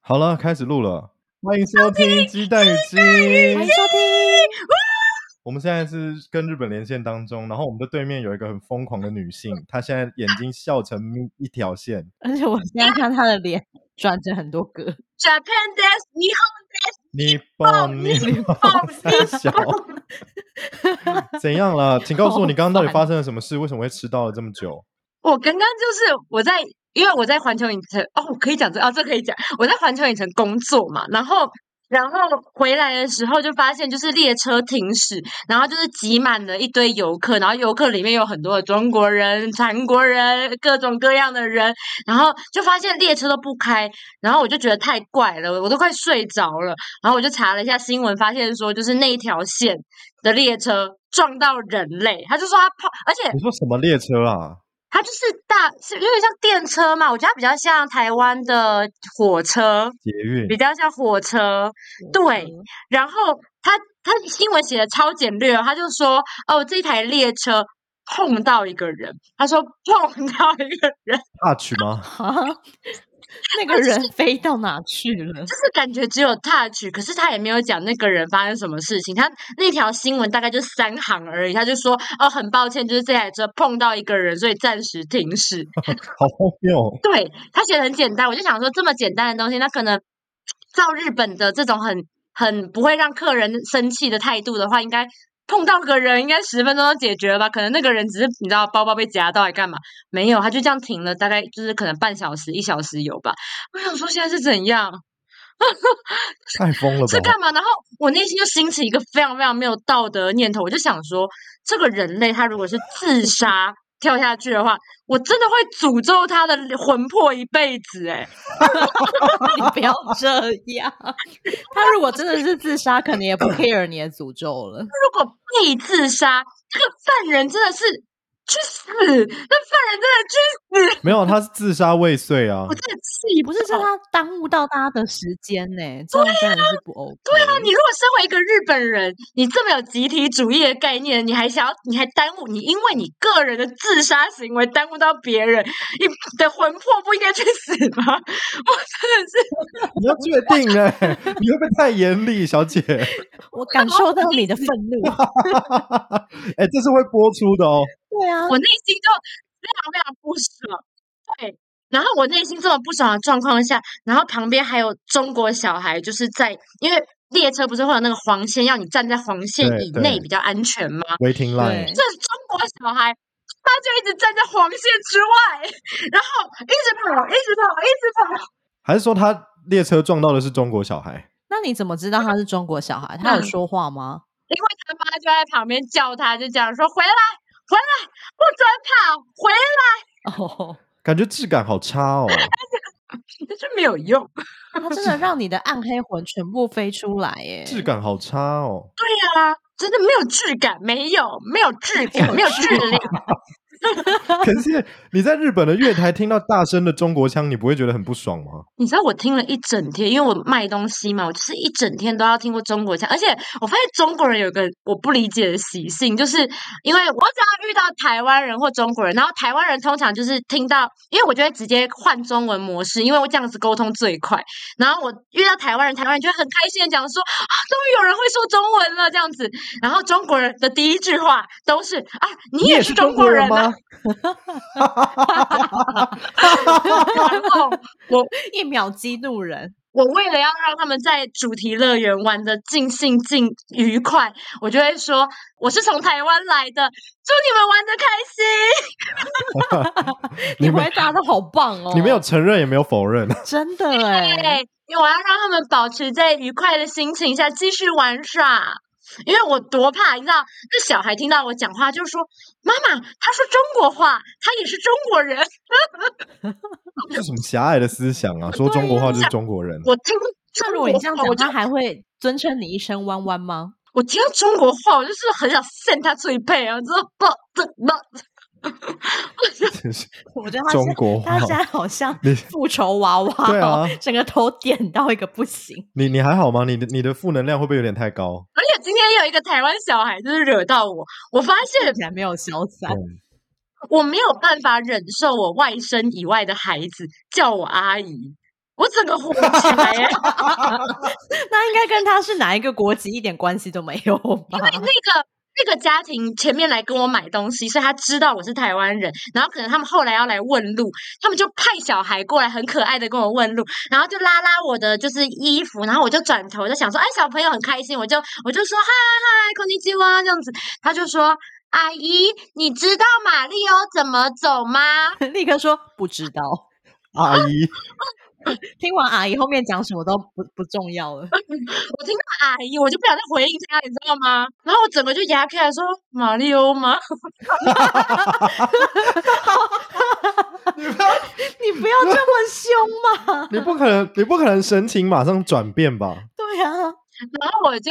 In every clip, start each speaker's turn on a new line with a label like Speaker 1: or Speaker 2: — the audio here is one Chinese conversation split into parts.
Speaker 1: 好了，开始录了，欢迎收听《鸡蛋与鸡》。
Speaker 2: 欢迎收听。
Speaker 1: 我们现在是跟日本连线当中，然后我们的对面有一个很疯狂的女性，她现在眼睛笑成眯一条线。
Speaker 2: 而且我现在看他的脸转着很多个，
Speaker 3: Japan des, Nihon
Speaker 1: 你爆你爆三小，怎样了？请告诉我，你刚刚到底发生了什么事？为什么会迟到了这么久？
Speaker 3: 我刚刚就是我在，因为我在环球影城哦，我可以讲这哦，这可以讲。我在环球影城工作嘛，然后然后回来的时候就发现就是列车停驶，然后就是挤满了一堆游客，然后游客里面有很多的中国人、韩国人，各种各样的人，然后就发现列车都不开，然后我就觉得太怪了，我都快睡着了，然后我就查了一下新闻，发现说就是那一条线的列车撞到人类，他就说他跑，而且
Speaker 1: 你说什么列车啊？
Speaker 3: 它就是大，是有点像电车嘛，我觉得它比较像台湾的火车，
Speaker 1: 捷运
Speaker 3: 比？较像火车。对，然后他他新闻写的超简略哦，他就说哦，这台列车碰到一个人，他说碰到一个人，
Speaker 1: 大曲吗？
Speaker 2: 哈， 那个人飞到哪去了？
Speaker 3: 就是感觉只有 touch，可是他也没有讲那个人发生什么事情。他那条新闻大概就三行而已，他就说哦，很抱歉，就是这台车碰到一个人，所以暂时停驶。
Speaker 1: 好荒谬哦！
Speaker 3: 对，他写的很简单，我就想说这么简单的东西，那可能照日本的这种很很不会让客人生气的态度的话，应该碰到个人应该十分钟就解决了吧？可能那个人只是你知道包包被夹到还干嘛？没有，他就这样停了，大概就是可能半小时一小时有吧。 我想说现在是怎样？
Speaker 1: 太疯了
Speaker 3: 是
Speaker 1: 吧
Speaker 3: 干？嘛？然后我内心就兴起一个非常非常没有道德的念头，我就想说，这个人类他如果是自杀跳下去的话，我真的会诅咒他的魂魄一辈子、欸。
Speaker 2: 你 不要这样。他如果真的是自杀，可能也不 care 你的诅咒了。
Speaker 3: 如果被自杀，这个犯人真的是去死，那犯人真的去死，
Speaker 1: 没有，他是自杀未遂啊
Speaker 3: 我！真的气
Speaker 2: 不是说
Speaker 3: 爆
Speaker 2: 他耽误到大家的时间呢、这样真的是不 OK。
Speaker 3: 对啊，你如果身为一个日本人，你这么有集体主义的概念，你还想要，你还耽误你，因为你个人的自杀行为耽误到别人，你的魂魄不应该去死吗？ 我真的是
Speaker 1: 你要确定哎、你会不会太严厉，小姐？
Speaker 2: 我感受到你的愤怒。
Speaker 1: 哎、这是会播出的哦。
Speaker 2: 对啊，
Speaker 3: 我内心就非常非常不爽。对，然后我内心这么不爽的状况下，然后旁边还有中国小孩，就是在因为列车不是会有那个黄线，要你站在黄线
Speaker 1: 对
Speaker 3: 以内
Speaker 1: 对
Speaker 3: 比较安全吗？
Speaker 1: Waiting line，
Speaker 2: 对
Speaker 3: 这中国小孩。他就一直站在黄线之外，然后一直跑，一直跑，一直跑。
Speaker 1: 还是说他列车撞到的是中国小孩？
Speaker 2: 那你怎么知道他是中国小孩？他
Speaker 3: 嗯
Speaker 2: 有说话吗？
Speaker 3: 因为他妈就在旁边叫他，就讲说：“回来，回来，不准跑，回来
Speaker 2: 哦，
Speaker 1: 感觉质感好差哦。！”
Speaker 3: 但是没有用。
Speaker 2: 他真的让你的暗黑魂全部飞出来耶、
Speaker 1: 质感好差哦。
Speaker 3: 对啊，真的没有质感，没有没有质感，没有质量。
Speaker 1: 可是你在日本的月台听到大声的中国腔，你不会觉得很不爽吗？
Speaker 3: 你知道我听了一整天，因为我卖东西嘛，我就是一整天都要听过中国腔。而且我发现中国人有一个我不理解的习性，就是因为我只要遇到台湾人或中国人，然后台湾人通常就是听到，因为我就会直接换中文模式，因为我这样子沟通最快。然后我遇到台湾人，台湾人就会很开心的讲说啊，终于有人会说中文了这样子。然后中国人的第一句话都是啊，你也是中国人啊
Speaker 1: 吗？？
Speaker 3: 然后我
Speaker 2: 一秒激怒人。
Speaker 3: 我为了要让他们在主题乐园玩的尽兴、尽愉快，我就会说我是从台湾来的，祝你们玩的开心。
Speaker 2: 你
Speaker 1: 你没
Speaker 2: 回答的好棒哦！
Speaker 1: 你没有承认也没有否认，
Speaker 2: 真的哎、
Speaker 3: 对，因为我要让他们保持在愉快的心情下继续玩耍。因为我多怕，你知道，那小孩听到我讲话就说：“妈妈，他说中国话，他也是中国人。”
Speaker 1: 这是什么狭隘的思想啊？说中国话就是中国人，
Speaker 3: 我听
Speaker 2: 那
Speaker 3: 中
Speaker 2: 如
Speaker 3: 国
Speaker 2: 果你这样
Speaker 3: 话，
Speaker 2: 讲，
Speaker 3: 我就
Speaker 2: 他还会尊称你一声弯弯吗？
Speaker 3: 啊我听到中国话，我就是很想扇他嘴巴，然后不不不，
Speaker 1: 真是
Speaker 2: 我觉得他
Speaker 1: 中
Speaker 2: 现
Speaker 1: 国
Speaker 2: 他
Speaker 1: 话。
Speaker 2: 现在好像
Speaker 1: 你
Speaker 2: 复仇娃娃、哦，
Speaker 1: 对啊
Speaker 2: 整个头点到一个不行。
Speaker 1: 你你还好吗？你的你的负能量会不会有点太高？
Speaker 3: 而且今天有一个台湾小孩就是惹到我，我发现
Speaker 2: 看起来没有消散，
Speaker 1: 嗯，
Speaker 3: 我没有办法忍受我外甥以外的孩子叫我阿姨，我整个火起来欸耶
Speaker 2: 那应该跟他是哪一个国籍一点关系都没有吧？
Speaker 3: 那个那个家庭前面来跟我买东西，所以他知道我是台湾人，然后可能他们后来要来问路，他们就派小孩过来，很可爱的跟我问路，然后就拉拉我的就是衣服，然后我就转头就想说，哎，小朋友很开心，我就我就说嗨嗨，こんにちは这样子，他就说。阿姨，你知道马里奥怎么走吗？
Speaker 2: 立刻说不知道。
Speaker 1: 阿姨，
Speaker 2: 听完阿姨后面讲什么都不不重要
Speaker 3: 我
Speaker 2: 了。
Speaker 3: 听到阿姨，我就不想再回应她，你知道吗？然后我整个就牙开来说：“马里欧吗？
Speaker 2: 你不要这么凶嘛！
Speaker 1: 你不可能，你不可能神情马上转变吧？
Speaker 2: 对啊，
Speaker 3: 然后我就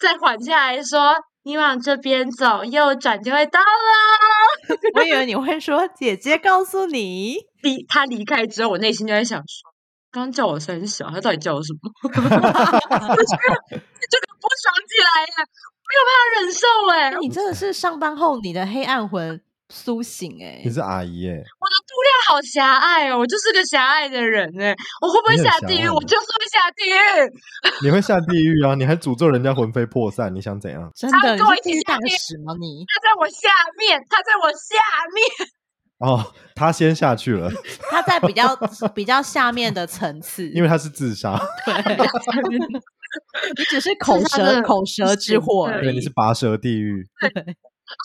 Speaker 3: 再缓下来说：“你往这边走，右转就会到了。
Speaker 2: 我以为你会说姐姐告诉你，”
Speaker 3: 离他离开之后，我内心就在想说：“刚叫我三小，他到底叫我什么？” 我这个不爽起来了，我没有办法忍受哎、
Speaker 2: 那你真的是上班后你的黑暗魂苏醒哎、
Speaker 1: 你是阿姨耶、
Speaker 3: 我的度量好狭隘哦，我就是个狭隘的人哎、我会不会
Speaker 1: 你很
Speaker 3: 下
Speaker 1: 狭
Speaker 3: 地狱？
Speaker 1: 隘
Speaker 3: 我
Speaker 1: 耶
Speaker 3: 就是会下地狱。
Speaker 1: 你会下地狱啊！你还诅咒人家魂飞魄散，你想怎样？
Speaker 2: 真
Speaker 3: 他
Speaker 2: 的，
Speaker 3: 们
Speaker 2: 你
Speaker 3: 跟我
Speaker 2: 是
Speaker 3: 一起
Speaker 2: 地狱
Speaker 3: 下
Speaker 2: 大
Speaker 3: 地狱
Speaker 2: 使吗你？
Speaker 3: 他在我下面，他在我下面。
Speaker 1: 哦，他先下去了，
Speaker 2: 他在比较比较下面的层次，
Speaker 1: 因为他是自杀，
Speaker 2: 你只是口
Speaker 3: 是他
Speaker 2: 舌
Speaker 3: 的
Speaker 2: 口舌之祸而
Speaker 1: 对，你
Speaker 2: 已
Speaker 1: 是。拔舌地狱。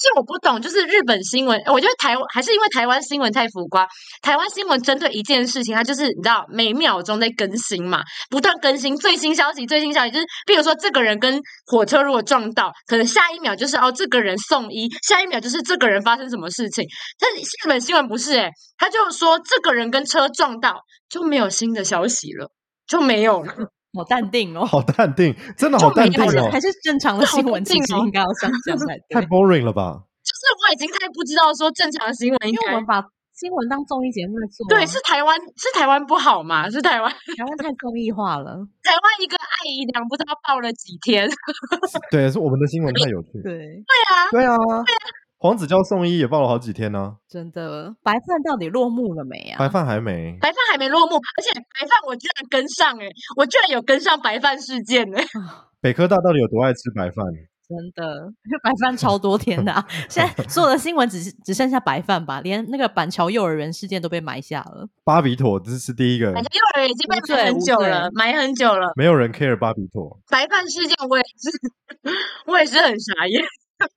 Speaker 3: 是我不懂，就是日本新闻，我觉得台湾还是因为台湾新闻太浮夸。台湾新闻针对一件事情，它就是你知道每秒钟在更新嘛，不断更新最新消息，最新消息就是，比如说这个人跟火车如果撞到，可能下一秒就是哦这个人送医，下一秒就是这个人发生什么事情。但是日本新闻不是诶、他就说这个人跟车撞到就没有新的消息了，就没有了。
Speaker 2: 好淡定哦，
Speaker 1: 好淡定，真的好淡定
Speaker 2: 还是
Speaker 1: 哦
Speaker 2: 还，是正常的
Speaker 3: 好
Speaker 2: 新
Speaker 3: 淡
Speaker 2: 闻，其
Speaker 3: 定
Speaker 2: 实
Speaker 3: 哦
Speaker 2: 应该要像这样才
Speaker 1: 太
Speaker 2: 对。
Speaker 1: boring 了吧？
Speaker 3: 就是我已经太不知道说正常的新闻应
Speaker 2: 因为我
Speaker 3: 该
Speaker 2: 们把新闻当综艺节目在做啊，
Speaker 3: 对是台湾是台湾不好嘛，是台湾。
Speaker 2: 台湾太综艺化了。
Speaker 3: 台湾一个爱姨娘不知道抱了几天，
Speaker 1: 对，是我们的新闻太有趣。
Speaker 2: 对，
Speaker 1: 对啊，黄子佼送医也报了好几天呢、
Speaker 2: 真的，白饭到底落幕了没啊？
Speaker 1: 白饭还没。
Speaker 3: 白饭还没落幕，而且白饭我居然跟上哎、我居然有跟上白饭事件哎、
Speaker 1: 北科大到底有多爱吃白饭？
Speaker 2: 真的， 白饭超多天的、啊，现在所有的新闻只是只剩下白饭吧，连那个板桥幼儿园事件都被埋下了。
Speaker 1: 巴比妥这是第一个
Speaker 3: 反，正幼儿园已经被
Speaker 2: 无罪
Speaker 3: 埋很
Speaker 2: 无
Speaker 3: 久
Speaker 2: 罪
Speaker 3: 了，埋很久了。
Speaker 1: 没有人 care 巴比妥。
Speaker 3: 白饭事件我也是， 我也是很傻眼。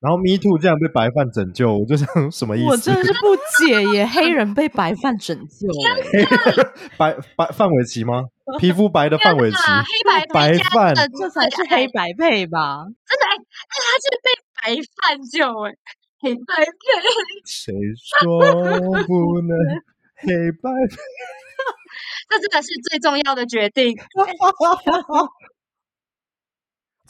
Speaker 1: 然后 Me Too 竟然被白饭拯救，我就想什么意
Speaker 2: 我
Speaker 1: 思
Speaker 2: 真？的是不解耶，黑人被白饭拯救耶，
Speaker 1: 白白范玮琪吗？皮肤白的范玮琪，
Speaker 3: 啊，黑白
Speaker 1: 白
Speaker 3: 配加
Speaker 1: 饭
Speaker 3: 的
Speaker 2: 这才是
Speaker 3: 真的哎
Speaker 2: 黑白配吧？
Speaker 3: 真的哎、哎，他是被白饭救哎、黑白配，
Speaker 1: 谁 说不能黑白？
Speaker 3: 这真的是最重要的决定。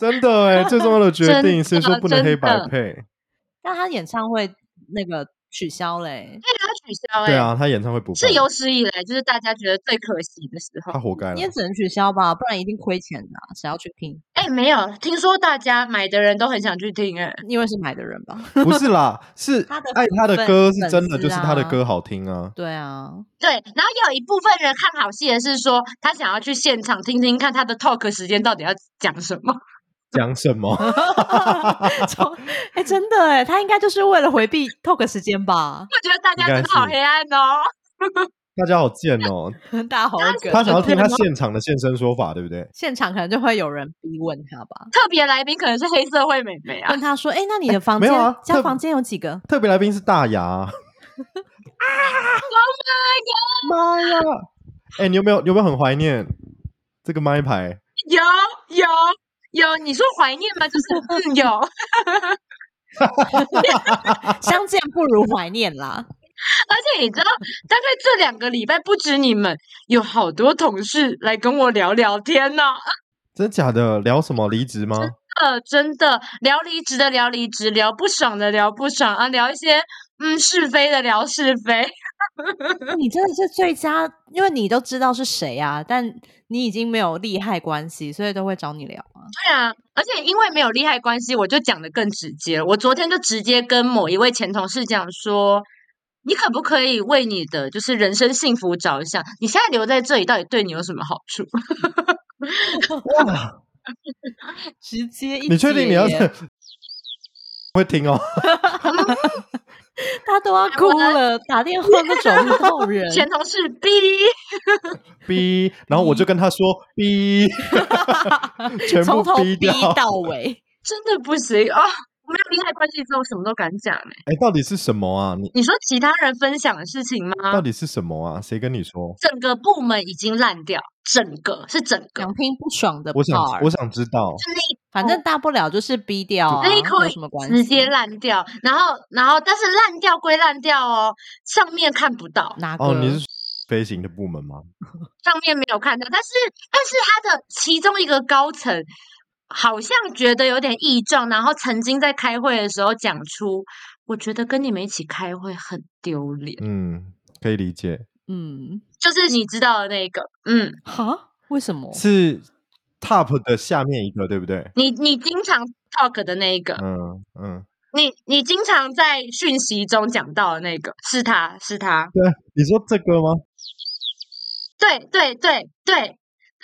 Speaker 1: 真的哎，最重要的决
Speaker 3: 真
Speaker 1: 定，谁说
Speaker 3: 的
Speaker 1: 不能
Speaker 3: 真
Speaker 1: 黑白
Speaker 3: 的
Speaker 1: 配？
Speaker 2: 但他演唱会那个取消嘞，
Speaker 3: 被他取消哎、
Speaker 1: 对啊，他演唱会不
Speaker 3: 是
Speaker 1: 办
Speaker 3: 有史以来就是大家觉得最可惜的时候
Speaker 1: 他。活该了
Speaker 2: 你也。只能取消吧，不然一定亏钱的啊、谁要去听？
Speaker 3: 哎、没有，听说大家买的人都很想去听哎、
Speaker 2: 因为是买的人吧？
Speaker 1: 不是啦，是
Speaker 2: 他的
Speaker 1: 爱他的
Speaker 2: 粉
Speaker 1: 歌是
Speaker 2: 粉
Speaker 1: 真的，
Speaker 2: 丝
Speaker 1: 就是他的
Speaker 2: 啊
Speaker 1: 歌好听啊。
Speaker 2: 对 啊，
Speaker 3: 对，然后也有一部分人看好戏的是说，他想要去现场听听看他的 talk 时间到底要讲什么。
Speaker 1: 讲什么？
Speaker 2: 从哎、真的哎，他应该就是为了回避 talk 时间吧？
Speaker 3: 我觉得大
Speaker 1: 应
Speaker 3: 家
Speaker 1: 该
Speaker 3: 真的好
Speaker 1: 是
Speaker 3: 黑暗哦。
Speaker 1: 大家好贱哦！
Speaker 2: 大豪哥，
Speaker 1: 他想要听他现场的现身说法，对不对？
Speaker 2: 现场可能就会有人逼问他吧，
Speaker 3: 特别来宾可能是黑社会美眉啊
Speaker 2: 问，他说：“哎、那你的房
Speaker 1: 没
Speaker 2: 间、
Speaker 1: 有啊
Speaker 2: 家
Speaker 1: 特
Speaker 2: 房间有几个 Oh
Speaker 1: 特别来宾是大牙 啊。妈呀！哎，你有没有你有没有很怀念这个麦牌？
Speaker 3: 有 有有，你说怀念吗？就是 嗯有，而？”
Speaker 2: 相见不如怀念啦。
Speaker 3: 且你知道，大概这两个礼拜不止你们，有好多同事来跟我聊聊天哦呢、
Speaker 1: 真的假的？聊什么离职吗？
Speaker 3: 呃，真的聊离职的聊离职，聊不爽的聊不爽啊，聊一些嗯是非的聊是非。
Speaker 2: 你真的是最佳，因为你都知道是谁啊，但你已经没有利害关系，所以都会找你聊啊。
Speaker 3: 对啊，而且因为没有利害关系，我就讲的更直接了。我昨天就直接跟某一位前同事讲说，你可不可以为你的就是人生幸福着想？你现在留在这里到底对你有什么好处？
Speaker 1: 哇，
Speaker 2: 直接一
Speaker 1: 你确定你要是 会听哦？
Speaker 2: 他都要哭了，打电话都找不到人。
Speaker 3: 前同事 B，
Speaker 1: 逼，然后我就跟他说逼， 全
Speaker 2: 从
Speaker 1: 部
Speaker 2: 头
Speaker 1: 逼
Speaker 2: 逼
Speaker 1: 掉。
Speaker 2: 到尾，
Speaker 3: 真的不行啊！没有利害关系之后，什么都敢讲哎、
Speaker 1: 哎，到底是什么啊？你
Speaker 3: 你说其他人分享的事情吗
Speaker 1: 到？底是什么啊？谁跟你说？
Speaker 3: 整个部门已经烂掉，整个是整个，
Speaker 2: 想听不爽的
Speaker 1: 我想
Speaker 2: part，
Speaker 1: 我想知道。
Speaker 3: 就那一
Speaker 2: 反正大不了就是逼掉啊，
Speaker 3: 那一口
Speaker 2: 有什么关系？
Speaker 3: 直接烂掉，然后然后但是烂掉归烂掉哦，上面看不到，
Speaker 2: 哪个？
Speaker 1: 哦，你是飞行的部门吗？
Speaker 3: 上面没有看到，但是但是他的其中一个高层好像觉得有点异状，然后曾经在开会的时候讲出，我觉得跟你们一起开会很丢脸，
Speaker 1: 嗯，可以理解。
Speaker 2: 嗯，
Speaker 3: 就是你知道的那个，嗯，
Speaker 2: 哈？为什么？
Speaker 1: 是 top 的下面一个，对不对？
Speaker 3: 你你经常 talk 的那一个，
Speaker 1: 嗯嗯，
Speaker 3: 你你经常在讯息中讲到的那个，是他是他，
Speaker 1: 对，你说这个吗？
Speaker 3: 对对对对对，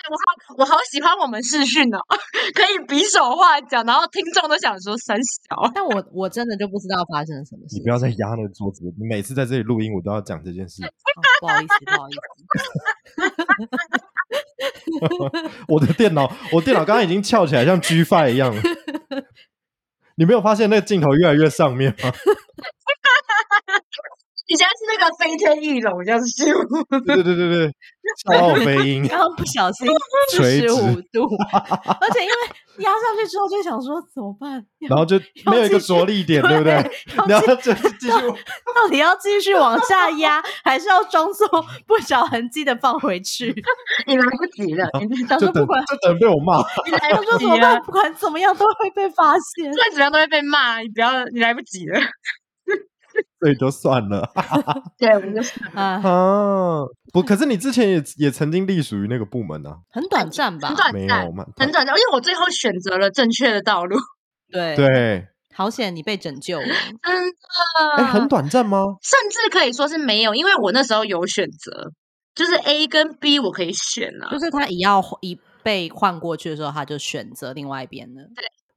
Speaker 3: 我好我好喜欢我们视讯哦， 可以比手画脚，然后听众都想说三小。
Speaker 2: 但我我真的就不知道发生了什么事
Speaker 1: 你。不要再压那个桌子，你每次在这里录音，我都要讲这件事。
Speaker 2: 哦不好意思，不 好意思，
Speaker 1: 我的电脑，我电脑刚刚已经翘起来，像 G Five 一样了。你没有发现那个镜头越来越上面吗？
Speaker 3: 你现在是那个飞天翼龙，这样子咻
Speaker 1: 对对对对对，笑傲飞鹰。
Speaker 2: 刚刚不小 心四
Speaker 1: 垂直
Speaker 2: 十五 度，而且因为压上去之后就想说怎么办？
Speaker 1: 然后就没有一个着力点，对不对？然
Speaker 2: 要继
Speaker 1: 后就继续
Speaker 2: 到底要继续往下压，还是要装作不着痕迹的放 回去？
Speaker 3: 你来不及了，你
Speaker 2: 想
Speaker 1: 就
Speaker 2: 说
Speaker 1: 等
Speaker 2: 不管，
Speaker 1: 就等被我骂。
Speaker 3: 你来
Speaker 2: 想
Speaker 3: 不
Speaker 2: 说
Speaker 3: 及
Speaker 2: 怎么
Speaker 3: 了
Speaker 1: 啊
Speaker 2: 办，，不管怎么样都会被发现
Speaker 3: 不。管怎么样都会被骂，你不要，你来不及 了。
Speaker 1: 所以就算 了
Speaker 3: 对，我就是
Speaker 2: 啊，
Speaker 1: 啊！不，可是你之前也也曾经隶属于那个部门啊，
Speaker 2: 很短暂吧
Speaker 3: 很？短
Speaker 1: 没
Speaker 3: 暂
Speaker 1: 有，嘛？
Speaker 3: 很短暂，因为我最后选择了正确的道路，
Speaker 2: 对，
Speaker 1: 对，
Speaker 2: 好险你被拯救了。
Speaker 3: 真
Speaker 1: 哎，
Speaker 3: 的，
Speaker 1: 很，短暂吗？
Speaker 3: 甚至可以说是没有，因为我那时候有选择，就是 A 跟 B 我可以选啊
Speaker 2: 就。是他一要一被换过去的时候，他就选择另外一边了。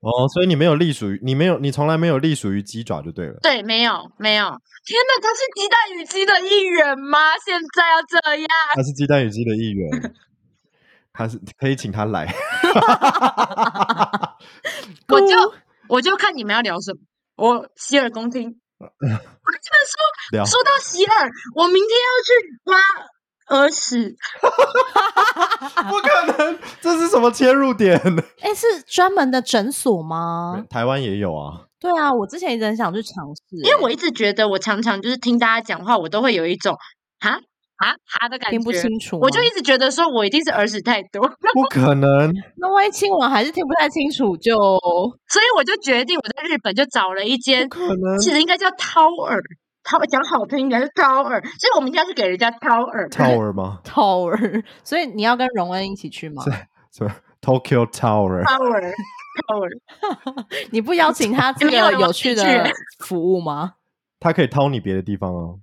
Speaker 1: 哦，所以你没有隶属于，你没有，你从来没有隶属于鸡爪就对了。
Speaker 3: 对，没有没有。天哪，他是鸡蛋与鸡的一员吗？现在要这样，
Speaker 1: 他是鸡蛋与鸡的一员，他是可以请他来。
Speaker 3: 我
Speaker 2: 哦
Speaker 3: 就我就看你们要聊什么。我洗耳恭听。
Speaker 2: 哦
Speaker 3: 我真的
Speaker 1: 聊
Speaker 3: 说，说到洗耳，我明天要去挖耳屎。
Speaker 1: 不可能，这是什么切入点？
Speaker 2: 哎，是专门的诊所吗？
Speaker 1: 台湾也有 啊，
Speaker 2: 对啊，我之前一直很想去尝试，因
Speaker 3: 因为我一直觉得，我常常就是听大家讲话，我都会有一种啊啊啊的感觉。
Speaker 2: 听不清楚吗，
Speaker 3: 我就一直觉得说，我一定是耳屎太多，
Speaker 1: 不可能。
Speaker 2: 那万一亲完还是听不太清 楚，就
Speaker 3: 所以我就决定我在日本就找了一间
Speaker 1: 不可能
Speaker 3: 其实应该叫掏耳，掏讲好听应该是掏耳，所以我们应该是给人家掏耳。
Speaker 1: Tower 吗？
Speaker 2: 头儿。所以你要跟荣恩一起去吗？
Speaker 1: 什么 Tokyo Tower？
Speaker 3: 掏耳，掏耳，
Speaker 2: 你不邀 请他这
Speaker 3: 没有
Speaker 2: 个
Speaker 3: 人
Speaker 2: 有
Speaker 3: 会
Speaker 2: 趣
Speaker 3: 去
Speaker 2: 的 服务吗？
Speaker 1: 他可以掏你别的地方哦。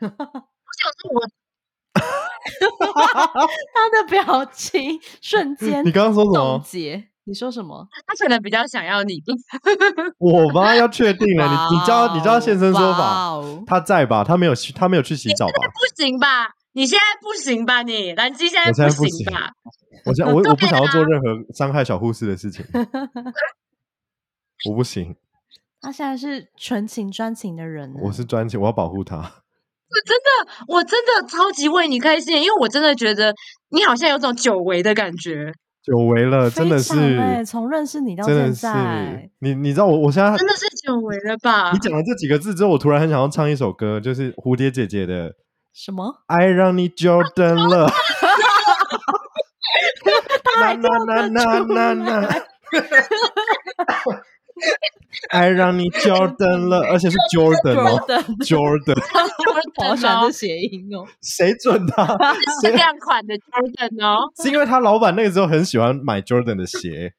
Speaker 3: 我想说我
Speaker 2: 他的表情瞬间
Speaker 1: 你刚刚说什
Speaker 2: 冻
Speaker 1: 么？
Speaker 2: 结。你说什么？
Speaker 3: 他可能比较想要你，
Speaker 1: 我妈要确定了，你你教你教现身说
Speaker 2: 哇
Speaker 1: 法。
Speaker 2: 哦
Speaker 1: 他在吧？他没有去，他没有去洗澡吧？
Speaker 3: 不行吧？你现在不行吧你？兰基现在
Speaker 1: 我现在不
Speaker 3: 行
Speaker 1: 行
Speaker 3: 吧？
Speaker 1: 我现在我我不想要做任何伤害小护士的事 情，我不行，
Speaker 2: 他现在是纯情专情的人呢，
Speaker 1: 我是专情，我要保护他。
Speaker 3: 我真的超级为你开心，因为我真的觉得你好像有种久违的感觉，
Speaker 1: 久违了，
Speaker 2: 非
Speaker 1: 呃真的
Speaker 2: 常
Speaker 1: 是，
Speaker 2: 欸从认识你到
Speaker 1: 真
Speaker 2: 现
Speaker 1: 的
Speaker 2: 在
Speaker 1: 是，你你知道我我现在
Speaker 3: 真的是久违了吧
Speaker 1: 你？讲了这几个字之后，我突然很想要唱一首歌，就是蝴蝶姐姐的《
Speaker 2: 什么？
Speaker 1: 爱让你 Jordan 了》。
Speaker 2: 他还
Speaker 1: 那那那那那那，爱让你 Jordan 了，而且是 Jordan 哦 ，Jordan，
Speaker 2: 好喜欢
Speaker 3: 哦
Speaker 2: 这谐音哦。
Speaker 1: 谁准的啊？
Speaker 3: 是量款的 Jordan 哦，
Speaker 1: 是因为他老板那个时候很喜欢买 Jordan 的鞋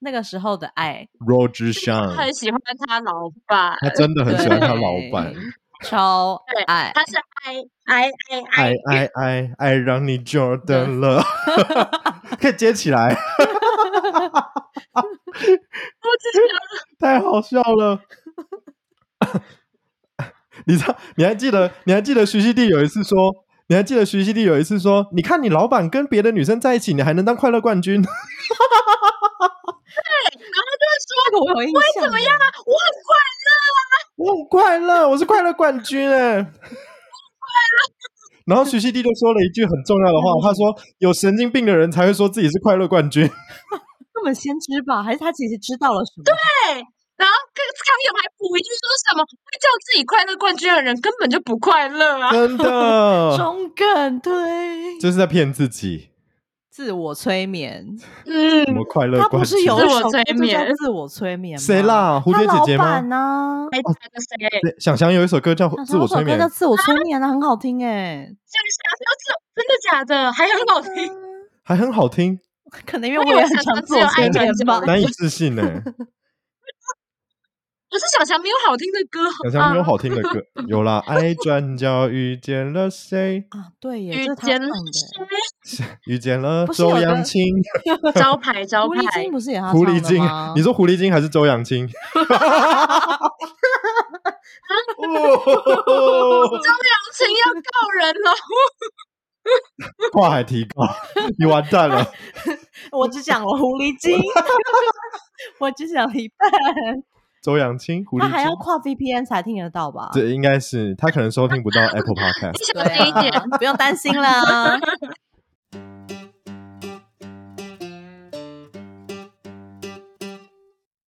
Speaker 2: 那个时候的爱，
Speaker 1: ，Roger
Speaker 3: 他
Speaker 1: Sean，
Speaker 3: 很喜欢他老板，
Speaker 1: 嗯他真的很喜欢他老板
Speaker 2: 对。， 超爱。
Speaker 3: 他是爱爱爱爱，
Speaker 1: 爱爱爱爱让你 Jordan 了， 可以接起来，
Speaker 3: 我只想
Speaker 1: 太好笑了。 你知道？你还记得？你还记得徐熙娣有一次说？你还记得徐熙娣有一次说？你看你老板跟别的女生在一起，你还能当快乐冠军？
Speaker 2: 这个我有印象。怎么样？啊
Speaker 3: 我很快
Speaker 1: 我很快乐，我是快乐冠军哎、 然后徐熙娣就说了一句很重要的话，她说：“有神经病的人才会说自己是快乐冠军。
Speaker 2: 根本先知吧？还是他其实知道了什么？
Speaker 3: 然后跟康永还补一句说什么，会叫自己快乐冠军的人根本就不快乐”啊！
Speaker 1: 真 的，
Speaker 2: 中梗推，
Speaker 1: 哦 就是在骗自己。
Speaker 2: 自我催眠。
Speaker 3: 嗯
Speaker 1: 什，么快乐
Speaker 2: 他
Speaker 1: 冠
Speaker 2: 不
Speaker 1: 军
Speaker 2: 是？有
Speaker 3: 自
Speaker 2: 一
Speaker 3: 我
Speaker 2: 首歌
Speaker 3: 催
Speaker 2: 就叫
Speaker 3: 眠
Speaker 2: 自我催眠吗？
Speaker 1: 谁啦？蝴
Speaker 2: 他
Speaker 1: 蝶
Speaker 2: 老
Speaker 1: 姐姐
Speaker 2: 板啊
Speaker 1: 吗？
Speaker 2: 呢？
Speaker 1: 哦
Speaker 3: 还记得谁？
Speaker 1: 对想翔有一首歌叫《自我催眠
Speaker 2: 那首歌叫》，自我催眠啊，很好听哎。
Speaker 3: 这个小优子真的假的？还很好
Speaker 2: 嗯
Speaker 3: 听，
Speaker 1: 还很好 听，
Speaker 2: 可能因
Speaker 3: 我
Speaker 2: 为
Speaker 3: 以
Speaker 2: 我也
Speaker 3: 为
Speaker 2: 很
Speaker 3: 想
Speaker 2: 常
Speaker 3: 说只
Speaker 2: 自我
Speaker 3: 有爱
Speaker 2: 催眠
Speaker 3: 转角
Speaker 2: 吧
Speaker 3: 的。
Speaker 1: 难以置信呢、欸
Speaker 3: 可是小强没有好听的歌，
Speaker 1: 想翔没有
Speaker 3: 啊
Speaker 1: 好听的歌，有啦，《爱转角遇见了谁
Speaker 2: 啊，对耶，
Speaker 3: 遇
Speaker 2: 这是他
Speaker 3: 见
Speaker 2: 唱
Speaker 3: 了
Speaker 2: 的欸
Speaker 1: 遇见了
Speaker 2: 不是有
Speaker 1: 周
Speaker 2: 个
Speaker 1: 扬青》。
Speaker 3: 谁？招牌招
Speaker 2: 狐狸
Speaker 3: 牌
Speaker 2: 精，不是也他
Speaker 1: 狐狸
Speaker 2: 唱的
Speaker 1: 精
Speaker 2: 吗，
Speaker 1: 你说狐狸精还是周扬青？哦
Speaker 3: 周扬青要告人了，
Speaker 1: 跨海提高，你完蛋了！
Speaker 2: 我只讲了狐狸 精， 我只讲了一半，
Speaker 1: 周扬青，狐
Speaker 2: 他
Speaker 1: 狸
Speaker 2: 还要
Speaker 1: 精，
Speaker 2: 跨 VPN 才听得到吧？
Speaker 1: 这应该是他可能收听不到 Apple Podcast。
Speaker 3: 你小
Speaker 2: 对啊
Speaker 3: 心一点
Speaker 2: 啊。，不用担心啦。